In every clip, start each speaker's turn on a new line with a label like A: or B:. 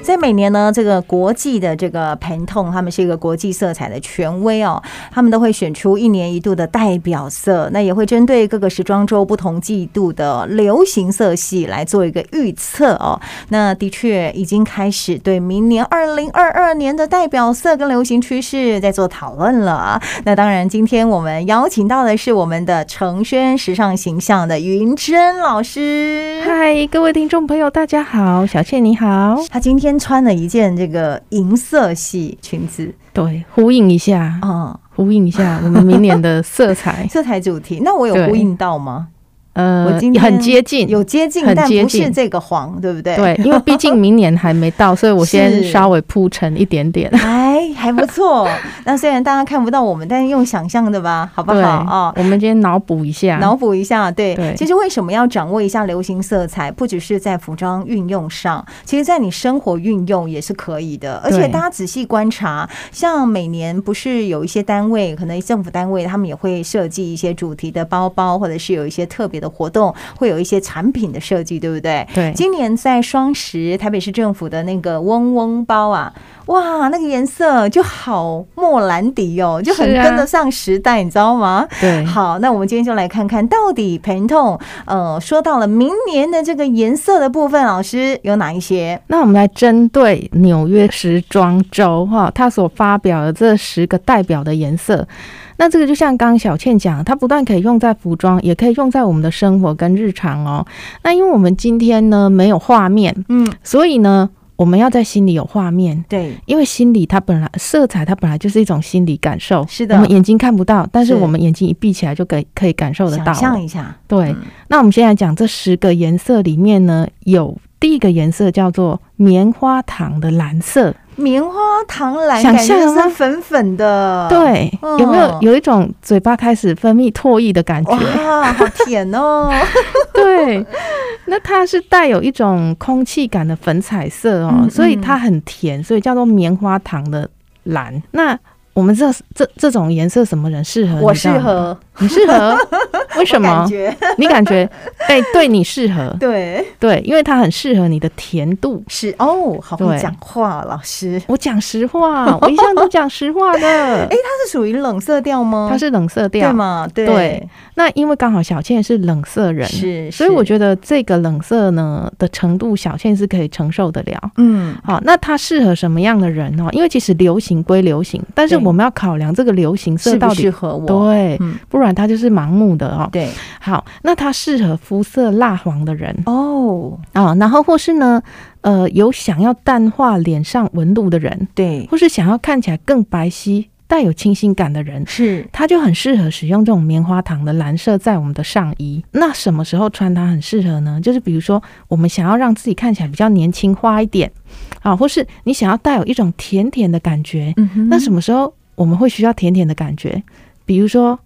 A: 在每年呢，这个国际的这个 Pantone，他们是一个国际色彩的权威哦，他们都会选出一年一度的代表色，那也会针对各个时装周不同季度的流行色系来做一个预测哦。那的确已经开始对明年二零二二年的代表色跟流行趋势在做讨论了啊。那当然，今天我们邀请到的是我们的成轩时尚形象的云珍老师。
B: 嗨，各位听众朋友，大家好，小倩你好。
A: 她今天穿了一件这个银色系裙子，
B: 对，呼应一下，
A: 嗯，，
B: 呼应一 下我们明年的色彩
A: 色彩主题。那我有
B: 对
A: 呼应到吗？
B: 呃
A: 我今，天
B: 很接近。
A: 有接近，
B: 很
A: 但
B: 接
A: 不
B: 近
A: 是这个黄，对不对？
B: 对，因为毕竟明年还没到，所以我先
A: 是
B: 稍微铺陈一点点。
A: 哎，还不错。那虽然大家看不到我们，但是用想象的吧，好不好
B: 对，
A: 啊？
B: 我们今天哦脑补一下。
A: 脑补一下，对，
B: 对
A: 其实为什么要掌握一下流行色彩？不只是在服装运用上，其实在你生活运用也是可以的。而
B: 对
A: 且大家仔细观察，像每年不是有一些单位，可能政府单位他们也会设计一些主题的包包，或者是有一些特别的活动，会有一些产品的设计，对不对？
B: 对，
A: 今年在双十，台北市政府的那个嗡嗡包啊，哇，那个颜色就好莫兰迪哦，就很
B: 是啊
A: 跟得上时代，你知道吗？
B: 对，
A: 好，那我们今天就来看看到底 Pantone 呃说到了明年的这个颜色的部分，老师有哪一些？
B: 那我们来针对纽约时装周哈，它所发表的这十个代表的颜色，那这个就像刚刚小倩讲，它不但可以用在服装，也可以用在我们的生活跟日常哦。那因为我们今天呢没有画面，
A: 嗯，
B: 所以呢我们要在心里有画面，
A: 对，
B: 因为心理它本来色彩它本来就是一种心理感受，
A: 是的
B: 我们眼睛看不到，但是
A: 是
B: 我们眼睛一闭起来就可以可以感受得到
A: 想象
B: 了。
A: 一下，
B: 对
A: 嗯，
B: 那我们先来讲这十个颜色里面呢，有第一个颜色叫做棉花糖的蓝色，
A: 棉花糖蓝，
B: 想
A: 感觉
B: 象了
A: 是
B: 吗
A: 粉粉的，，
B: 对，有没
A: 哦
B: 有有一种嘴巴开始分泌唾液的感 觉？
A: 哇，好甜 哦，
B: 对，那它是带有一种空气感的粉彩色哦，
A: 嗯嗯
B: 所以它很甜，所以叫做棉花糖的蓝。那我们这这这种颜色什么人适合？
A: 我
B: 你知
A: 适合，
B: 道吗，你适合？ 为什
A: 我感
B: 么？
A: 觉
B: 你感觉？哎，对你适合，
A: 对，
B: 对，因为它很适合你的甜度。
A: 是哦，好会
B: 对
A: 讲话，老 师，
B: 我讲实话， 我一向都讲实话的
A: 哎。它是属于冷色调吗？
B: 它是冷色
A: 对
B: 调，
A: 吗？对，
B: 对那因为刚好小倩是冷色人，
A: 是，
B: 所以我
A: 得，
B: 觉得这个冷色呢的程度，小倩是可以承受得了。
A: 嗯，
B: 好，那它适合什么样的人哦？因为其实流行归流行，但是
A: 对
B: 我们要考量这个流行色
A: 适
B: 到
A: 不
B: 底
A: 适合我？
B: 对，
A: 嗯，
B: 不然它就是盲目的哦。
A: 对，
B: 好，那它适合肤色蜡黄的人
A: 哦，
B: 啊、然后或是呢，呃，有想要淡化脸上纹路的人，
A: 对，
B: 或是想要看起来更白皙、带有清新感的人，
A: 是。
B: 它就很适合使用这种棉花糖的蓝色在我们的上衣。那什么时候穿它很适合呢？就是比如说，我们想要让自己看起来比较年轻化一点，啊，或是你想要带有一种甜甜的感觉。
A: 嗯哼
B: 那什么时候我们会需要甜甜的感觉？比如说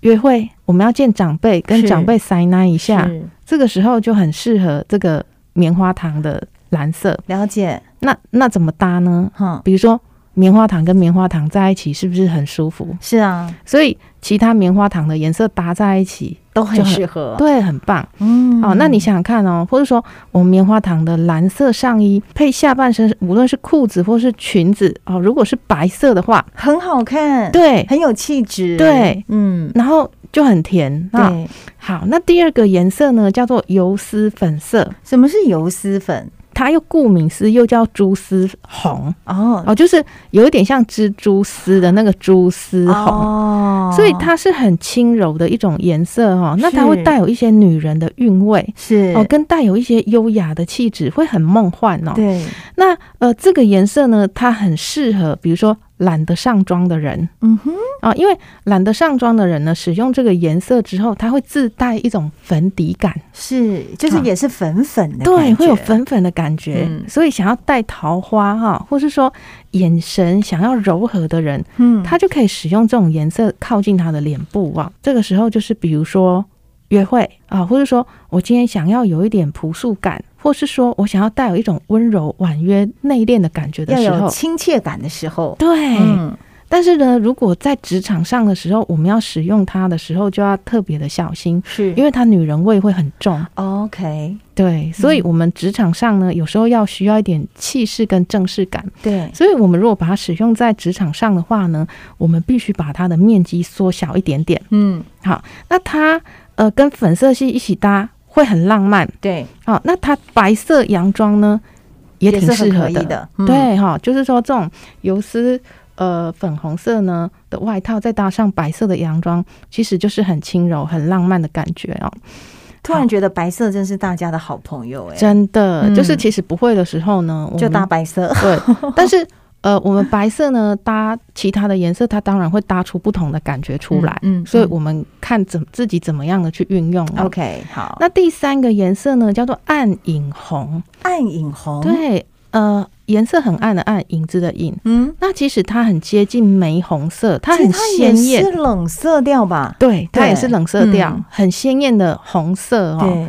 B: 约会，我们要见长辈，跟
A: 是
B: 长辈塞奶一下，
A: 是
B: 这个时候就很适合这个棉花糖的蓝色。
A: 了解，
B: 那那怎么搭呢？
A: 哈，
B: 比如说棉花糖跟棉花糖在一起，是不是很舒服？
A: 是啊，
B: 所以其他棉花糖的颜色搭在一起，
A: 都很
B: 就很
A: 适合。
B: 对，很棒。
A: 嗯
B: 好、那你想想看哦，或者说我们棉花糖的蓝色上衣配下半身，无论是裤子或是裙子哦，如果是白色的话，
A: 很好看，，
B: 对，
A: 很有气质，
B: 对，
A: 嗯，
B: 然后就很甜啊。
A: 对。
B: 好，那第二个颜色呢，叫做油丝粉色，
A: 什么是油丝粉？
B: 它又顾名思义又叫蛛丝红
A: 哦，
B: 哦，就是有一点像蜘蛛丝的那个蛛丝红。
A: 哦
B: 所以它是很轻柔的一种颜色哦，那它
A: 是
B: 会带有一些女人的韵味，
A: 是
B: 哦，跟带有一些优雅的气质，会很梦幻哦。
A: 对，
B: 那呃，这个颜色呢，它很适合，比如说懒得上妆的人
A: 嗯哼，
B: 啊、因为懒得上妆的人呢，使用这个颜色之后，它会自带一种粉底感，
A: 是，就是
B: 啊
A: 也是粉粉的，
B: 对，会有，粉粉的感觉。
A: 嗯
B: 所以想要戴桃花哈、或是说眼神想要柔和的人，
A: 嗯，
B: 他就可以使用这种颜色靠近他的脸部啊。这个时候就是比如说约会啊，或者说我今天想要有一点朴素感，或是说我想要带有一种温柔婉约内敛的感觉的
A: 要
B: 时
A: 有
B: 候，
A: 亲切感的时候，
B: 对，
A: 嗯，
B: 但是呢，如果在职场上的时候，我们要使用它的时候，就要特别的小心，
A: 是哦
B: 因为它女人味会很重。
A: OK，
B: 对，所
A: 嗯
B: 以我们职场上呢，有时候要需要一点气势跟正式感。
A: 对，
B: 所以我们如果把它使用在职场上的话呢，我们必须把它的面积缩小一点点。
A: 嗯，
B: 好，那它呃跟粉色系一起搭会很浪漫。
A: 对，
B: 好，那它白色洋装呢也挺
A: 是
B: 适
A: 很
B: 合
A: 可以
B: 的。
A: 的，嗯，
B: 对哈、就是说这种游丝呃粉红色呢的外套，再搭上白色的洋装，其实就是很轻柔、很浪漫的感觉哦。
A: 突然觉得白色真是大家的好朋友哎、
B: 真的，
A: 嗯
B: 就是其实不会的时候呢，我
A: 就
B: 们
A: 搭白色，
B: 对，但是呃，我们白色呢搭其他的颜色，它当然会搭出不同的感觉出来。
A: 嗯，嗯
B: 所以我们看怎自己怎么样的去运用、
A: 嗯 OK 好，
B: 那第三个颜色呢，叫做暗影红。
A: 暗影红，，
B: 对，呃，颜色很暗的暗，影子的影。
A: 嗯，
B: 那其实它很接近玫红色，它很
A: 其实也
B: 鲜艳
A: 是。冷色调吧？
B: 对，它
A: 对
B: 也是冷色调，
A: 嗯
B: 很鲜艳的红色哦。
A: 对，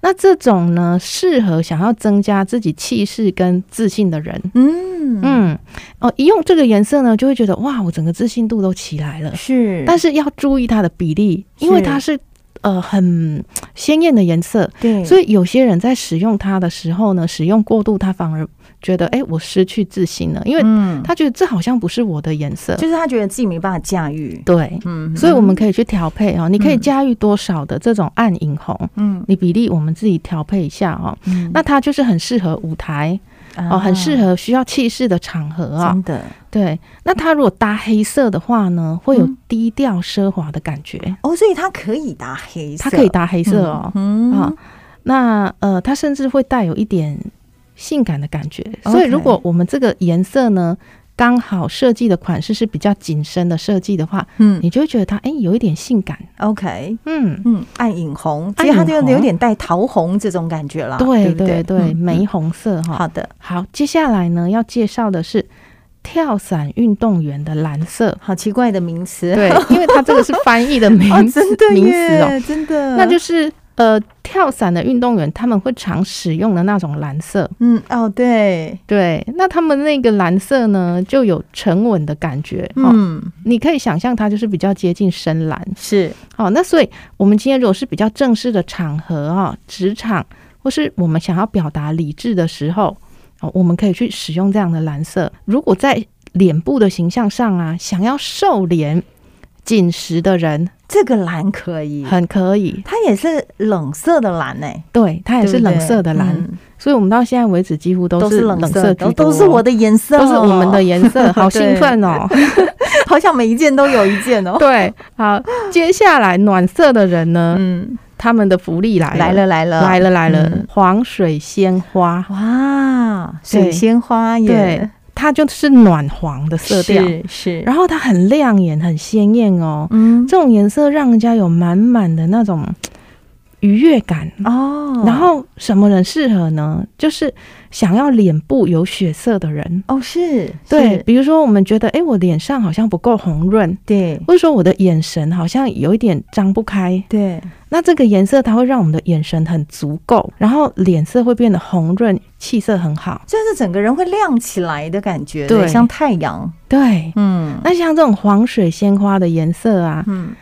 B: 那这种呢，适合想要增加自己气势跟自信的人。
A: 嗯
B: 嗯，哦，一用这个颜色呢，就会觉得哇，我整个自信度都起来了。
A: 是，
B: 嗯但
A: 是
B: 是要注意它的比例，因为
A: 是
B: 它是呃很鲜艳的颜色，
A: 对，
B: 所
A: 以
B: 以有些人在使用它的时候呢，使用过度，他反而觉得哎、诶我失去自信了，因为
A: 嗯，
B: 他觉得这好像不是我的颜色。
A: 就是他觉得自己没办法驾驭，
B: 对，
A: 嗯，
B: 所以我们可以去调配哦，你可以
A: 嗯
B: 驾驭多少的这种暗影红，
A: 嗯，
B: 你比例我们自己调配一下哦。
A: 嗯
B: 那它就是很适合舞台哦，很适合需要气势的场合
A: 啊
B: 啊、
A: 真的
B: 对，那它如果搭黑色的话呢，会有
A: 嗯
B: 低调奢华的感觉。
A: 哦，所以他可以搭黑色，
B: 它可以搭黑色哦，
A: 嗯，
B: 啊，那呃，它甚至会带有一点性感的感觉。所以，如果我们这个颜色呢，刚好设计的款式是比较紧身的设计的话，
A: 嗯
B: 你就会觉得它哎、有一点性感。
A: ，OK，
B: 嗯，
A: 嗯，暗影红，
B: 暗
A: 其实它
B: 影
A: 就
B: 红
A: 有点带桃红这种感觉啦，
B: 对
A: 不啊对
B: 对对，
A: 嗯
B: 玫
A: 嗯
B: 红色哈。
A: 好的，
B: 好，接下来呢要介绍的是跳伞运动员的蓝色。
A: 好奇怪的名词，
B: 对， 因为它这个是翻译的 名
A: 哦，
B: 词、
A: 真的
B: 名词哦。
A: 耶，真的，
B: 那就是呃，跳伞的运动员他们会常使用的那种蓝色。
A: 嗯，哦，对，
B: 对，那他们那个蓝色呢，就有沉稳的感觉。哦，
A: 嗯，
B: 你可以想象它就是比较接近深蓝。
A: 是
B: 好、那所以我们今天如果是比较正式的场合啊、职场或是我们想要表达理智的时候，哦，我们可以去使用这样的蓝色。如果在脸部的形象上啊，想要瘦脸、紧实的人
A: 这个蓝可以，
B: 很可以。
A: 它也是冷色的蓝诶，
B: 对，它也是
A: 对不对
B: 冷色的蓝。
A: 嗯
B: 所以我们到现在为止几乎都
A: 都
B: 是
A: 是冷
B: 色居
A: 都
B: 多，
A: 都是我
B: 的，
A: 的哦颜色，
B: 都是我们的， 颜色，好兴奋哦！
A: 好像每一件都有一件哦。
B: 对，好，接下来暖色的人呢，
A: 嗯，
B: 他们的福利来
A: 来
B: 了，
A: 了来了
B: 来了，来了，
A: 嗯
B: 黄水仙花，
A: 哇，
B: 对
A: 水仙花耶
B: 对，它就是暖黄的色调，
A: 是是，
B: 然后它很亮眼，很鲜艳哦。
A: 嗯
B: 这种颜色让人家有满满的那种愉悦感。
A: 哦，
B: 然后什么人适合呢？就是想要脸部有血色的人。
A: 哦是，
B: 对，
A: 是
B: 比如说我们觉得，哎，我脸上好像不够红润，
A: 对
B: 或者说我的眼神好像有一点张不开，
A: 对，
B: 那这个颜色它会让我们的眼神很足够，然后脸色会变得红润，气色很好。
A: 就是整个人会亮起来的感觉，
B: 对
A: 像太阳，
B: 对，
A: 嗯
B: 那像这种黄水仙花的颜色啊，
A: 嗯，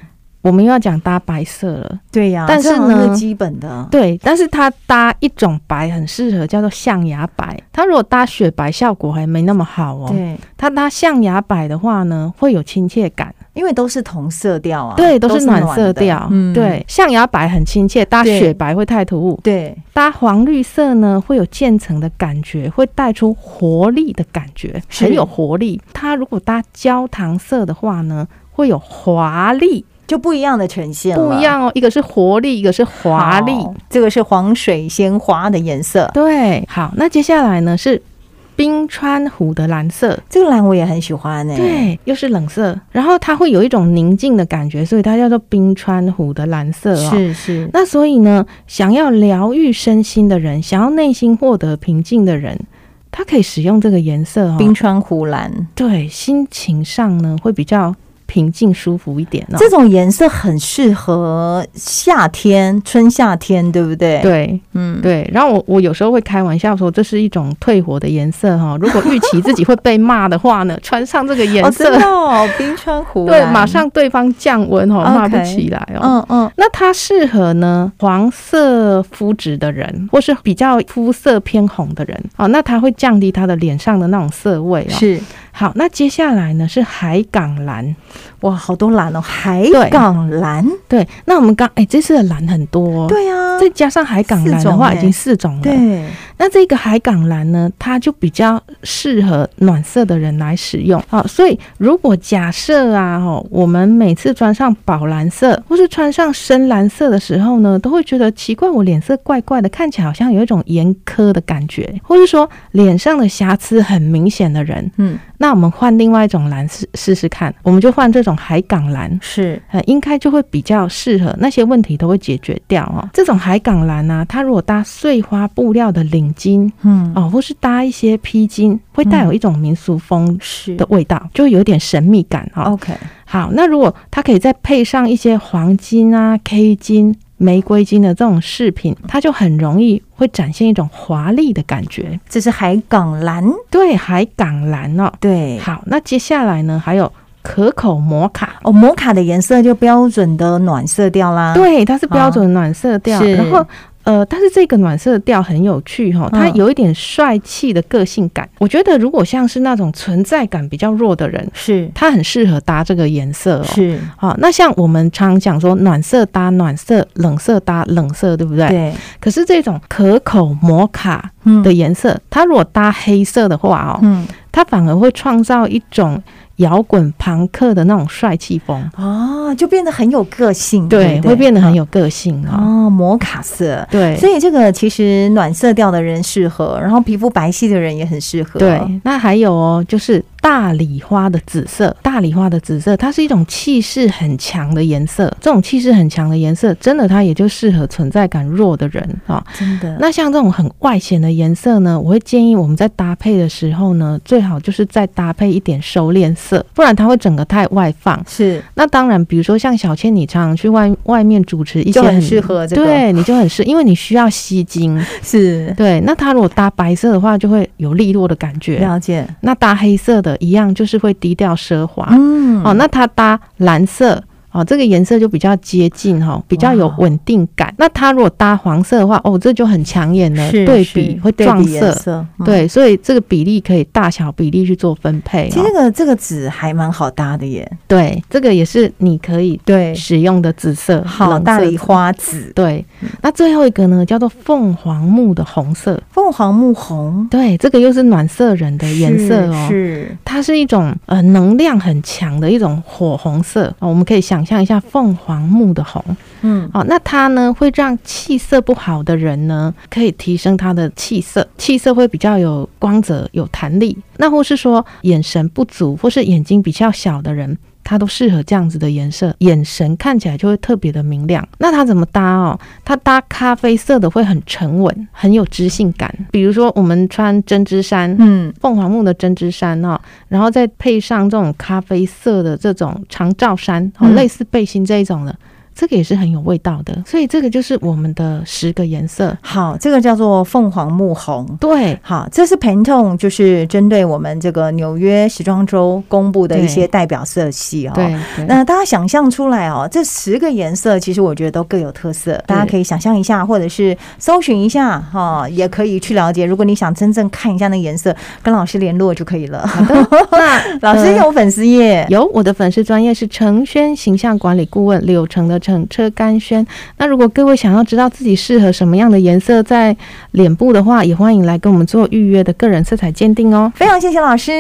B: 我们又要讲搭白色了。
A: 对呀，
B: 但
A: 这
B: 是
A: 好像
B: 呢
A: 基本的，
B: 对，但是它搭一种白很适合，叫做象牙白。它如果搭雪白效果还没那么好哦。
A: 对。
B: 它搭象牙白的话呢，会有亲切感。
A: 因为都是同色调啊，
B: 对，都
A: 都
B: 是暖色调。
A: 的嗯，
B: 对，象牙白很亲切，搭
A: 对
B: 雪白会太突兀。
A: 对，
B: 搭黄绿色呢，会有渐层的感觉，会带出活力的感觉，
A: 是
B: 很有活力。它如果搭焦糖色的话呢，会有华丽，
A: 就不一样的呈现了
B: 不一，样哦。一个是活力，一个是华丽。
A: 好，这个是黄水仙花的颜色，
B: 对，好，那接下来呢是冰川湖的蓝色，
A: 这个蓝我也很喜欢
B: 欸
A: 诶、
B: 对，又是冷色，然后它会有一种宁静的感觉，所以它叫做冰川湖的蓝色哦。
A: 是是，
B: 那所以呢，想要疗愈身心的人，想要内心获得平静的人，他可以使用这个颜色哦。
A: 冰川湖蓝，
B: 对心情上呢会比较平静舒服一点哦。
A: 这种颜色很适合夏天、春夏天，对不对？，
B: 对
A: 嗯，
B: 对，然后我我有时候会开玩笑说，这是一种退火的颜色哈、如果预期自己会被骂的话呢，穿上这个颜
A: 哦，
B: 色，
A: 真的哦，冰川湖
B: 对，
A: 蓝
B: 马，上对方降温哦，
A: OK
B: 骂不起来哦。
A: 嗯嗯，
B: 那它适合呢黄色肤质的人，或是比较肤色偏红的人哦，那它会降低他的脸上的那种色味哦。
A: 是
B: 好，那接下来呢是海港蓝，
A: 哇，好多蓝哦，海
B: 对哦
A: 港蓝，
B: 对，那我们刚哎这次的蓝很多、哦，
A: 对啊，
B: 再加上海港蓝的话
A: 四种欸
B: 已经四种了。
A: 对，
B: 那这个海港蓝呢，它就比较适合暖色的人来使用。好、所以如果假设啊，哦，我们每次穿上宝蓝色或是穿上深蓝色的时候呢，都会觉得奇怪，我脸色怪怪的，看起来好像有一种严苛的感觉，或是说脸上的瑕疵很明显的人，
A: 嗯，
B: 那我们换另外一种蓝试试试看，我们就换这种海港蓝。
A: 是
B: 呃，应该就会比较适合那些问题都会解决掉哦。这种海港蓝呢、它如果搭碎花布料的领巾
A: 嗯，
B: 哦，或是搭一些披巾，会带有一种民俗风
A: 是
B: 的味道，就有点神秘感哦。
A: ，OK，
B: 好，那如果它可以再配上一些黄金啊、K 金、玫瑰金的这种饰品，它就很容易会展现一种华丽的感觉。
A: 这是海港蓝，
B: 对，海港蓝哦。
A: 对。
B: 好，那接下来呢，还有可口摩卡。
A: 哦，摩卡的颜色就标准的暖色调啦。，
B: 对，它是标准暖色调。
A: 啊是
B: 然后呃，但是这个暖色调很有趣哈、哦，它
A: 嗯
B: 有一点帅气的个性感。我觉得如果像是那种存在感比较弱的人，
A: 是
B: 他很适合搭这个颜色哦。
A: 是，
B: 好、那像我们常讲说暖色搭暖色，冷色搭冷色，对不对？
A: 对，
B: 可是这种可口摩卡
A: 嗯
B: 的颜色，它如果搭黑色的话哦，
A: 嗯，
B: 它反而会创造一种摇滚朋克的那种帅气风，
A: 哦，就变得很有个性，
B: 对，
A: 对不对，
B: 会变得很有个性哦。
A: 哦，摩卡色。
B: 对，
A: 所以这个其实暖色调的人适合，然后皮肤白皙的人也很适合。
B: 对，那还有哦，就是大理花的紫色，大理花的紫色，它是一种气势很强的颜色。这种气势很强的颜色，真的它也就适合存在感弱的人啊、哦。
A: 真的。
B: 那像这种很外显的颜色呢，我会建议我们在搭配的时候呢，最好就是再搭配一点收敛色，不然它会整个太外放。
A: 是
B: 那当然，比如说像小倩，你常常去外外面主持一些
A: 就很适合这个，
B: 对，你就很适，因为你需要吸睛。
A: 是
B: 对，那它如果搭白色的话，就会有利落的感觉。
A: 了解。
B: 那搭黑色的一样，就是会低调奢华。
A: 嗯
B: 哦，那它搭蓝色。哦，这个颜色就比较接近哈、哦，比较有
A: 哇
B: 稳定感。那它如果搭黄色的话，哦，这就很抢眼了，
A: 是
B: 对比
A: 是
B: 会
A: 对
B: 撞
A: 比颜
B: 色。
A: 色。嗯，
B: 对，所以这个比例可以大小比例去做分配、
A: 其实
B: 哦
A: 这。个这个紫还蛮好搭的耶。
B: 对，这个也是你可以
A: 对
B: 使用的紫色，
A: 好，
B: 冷
A: 大
B: 色
A: 理
B: 紫。
A: 花紫、
B: 对，那最后一个呢，叫做凤凰木的红色。
A: 凤凰木红
B: 对，这个又是暖色人的颜色哦。
A: 是
B: 它是一种呃能量很强的一种火红色、哦、我们可以想象一下凤凰木的红
A: 是嗯
B: 哦，那它呢会让气色不好的人呢可以提升他的气色，气色会比较有光泽、有弹力。那或是说眼神不足或是眼睛比较小的人。它都适合这样子的颜色，眼神看起来就会特别的明亮。那它怎么搭哦？它搭咖啡色的会很沉稳，很有知性感。比如说我们穿针织衫，
A: 嗯
B: 凤凰木的针织衫哦，然后再配上这种咖啡色的这种长罩衫，哦，
A: 嗯
B: 类似背心这一种的，这个也是很有味道的。所以这个就是我们的十个颜色。
A: 好，这个叫做凤凰木红。
B: 对
A: 好，这是 Pantone 就是针对我们这个纽约时装周公布的一些
B: 对
A: 代表色系哦。
B: 对对
A: 那大家想象出来哦，这十个颜色其实我觉得都各有特色，大家可以想象一下，或者是搜寻一下哈、也可以去了解。如果你想真正看一下那颜色，跟老师联络就可以了。
B: 那
A: 老师有粉丝页，
B: 有我的粉丝专业是程轩形象管理顾问柳橙的橙车甘轩。那如果各位想要知道自己适合什么样的颜色在脸部的话，也欢迎来跟我们做预约的个人色彩鉴定哦。
A: 非常谢谢老师。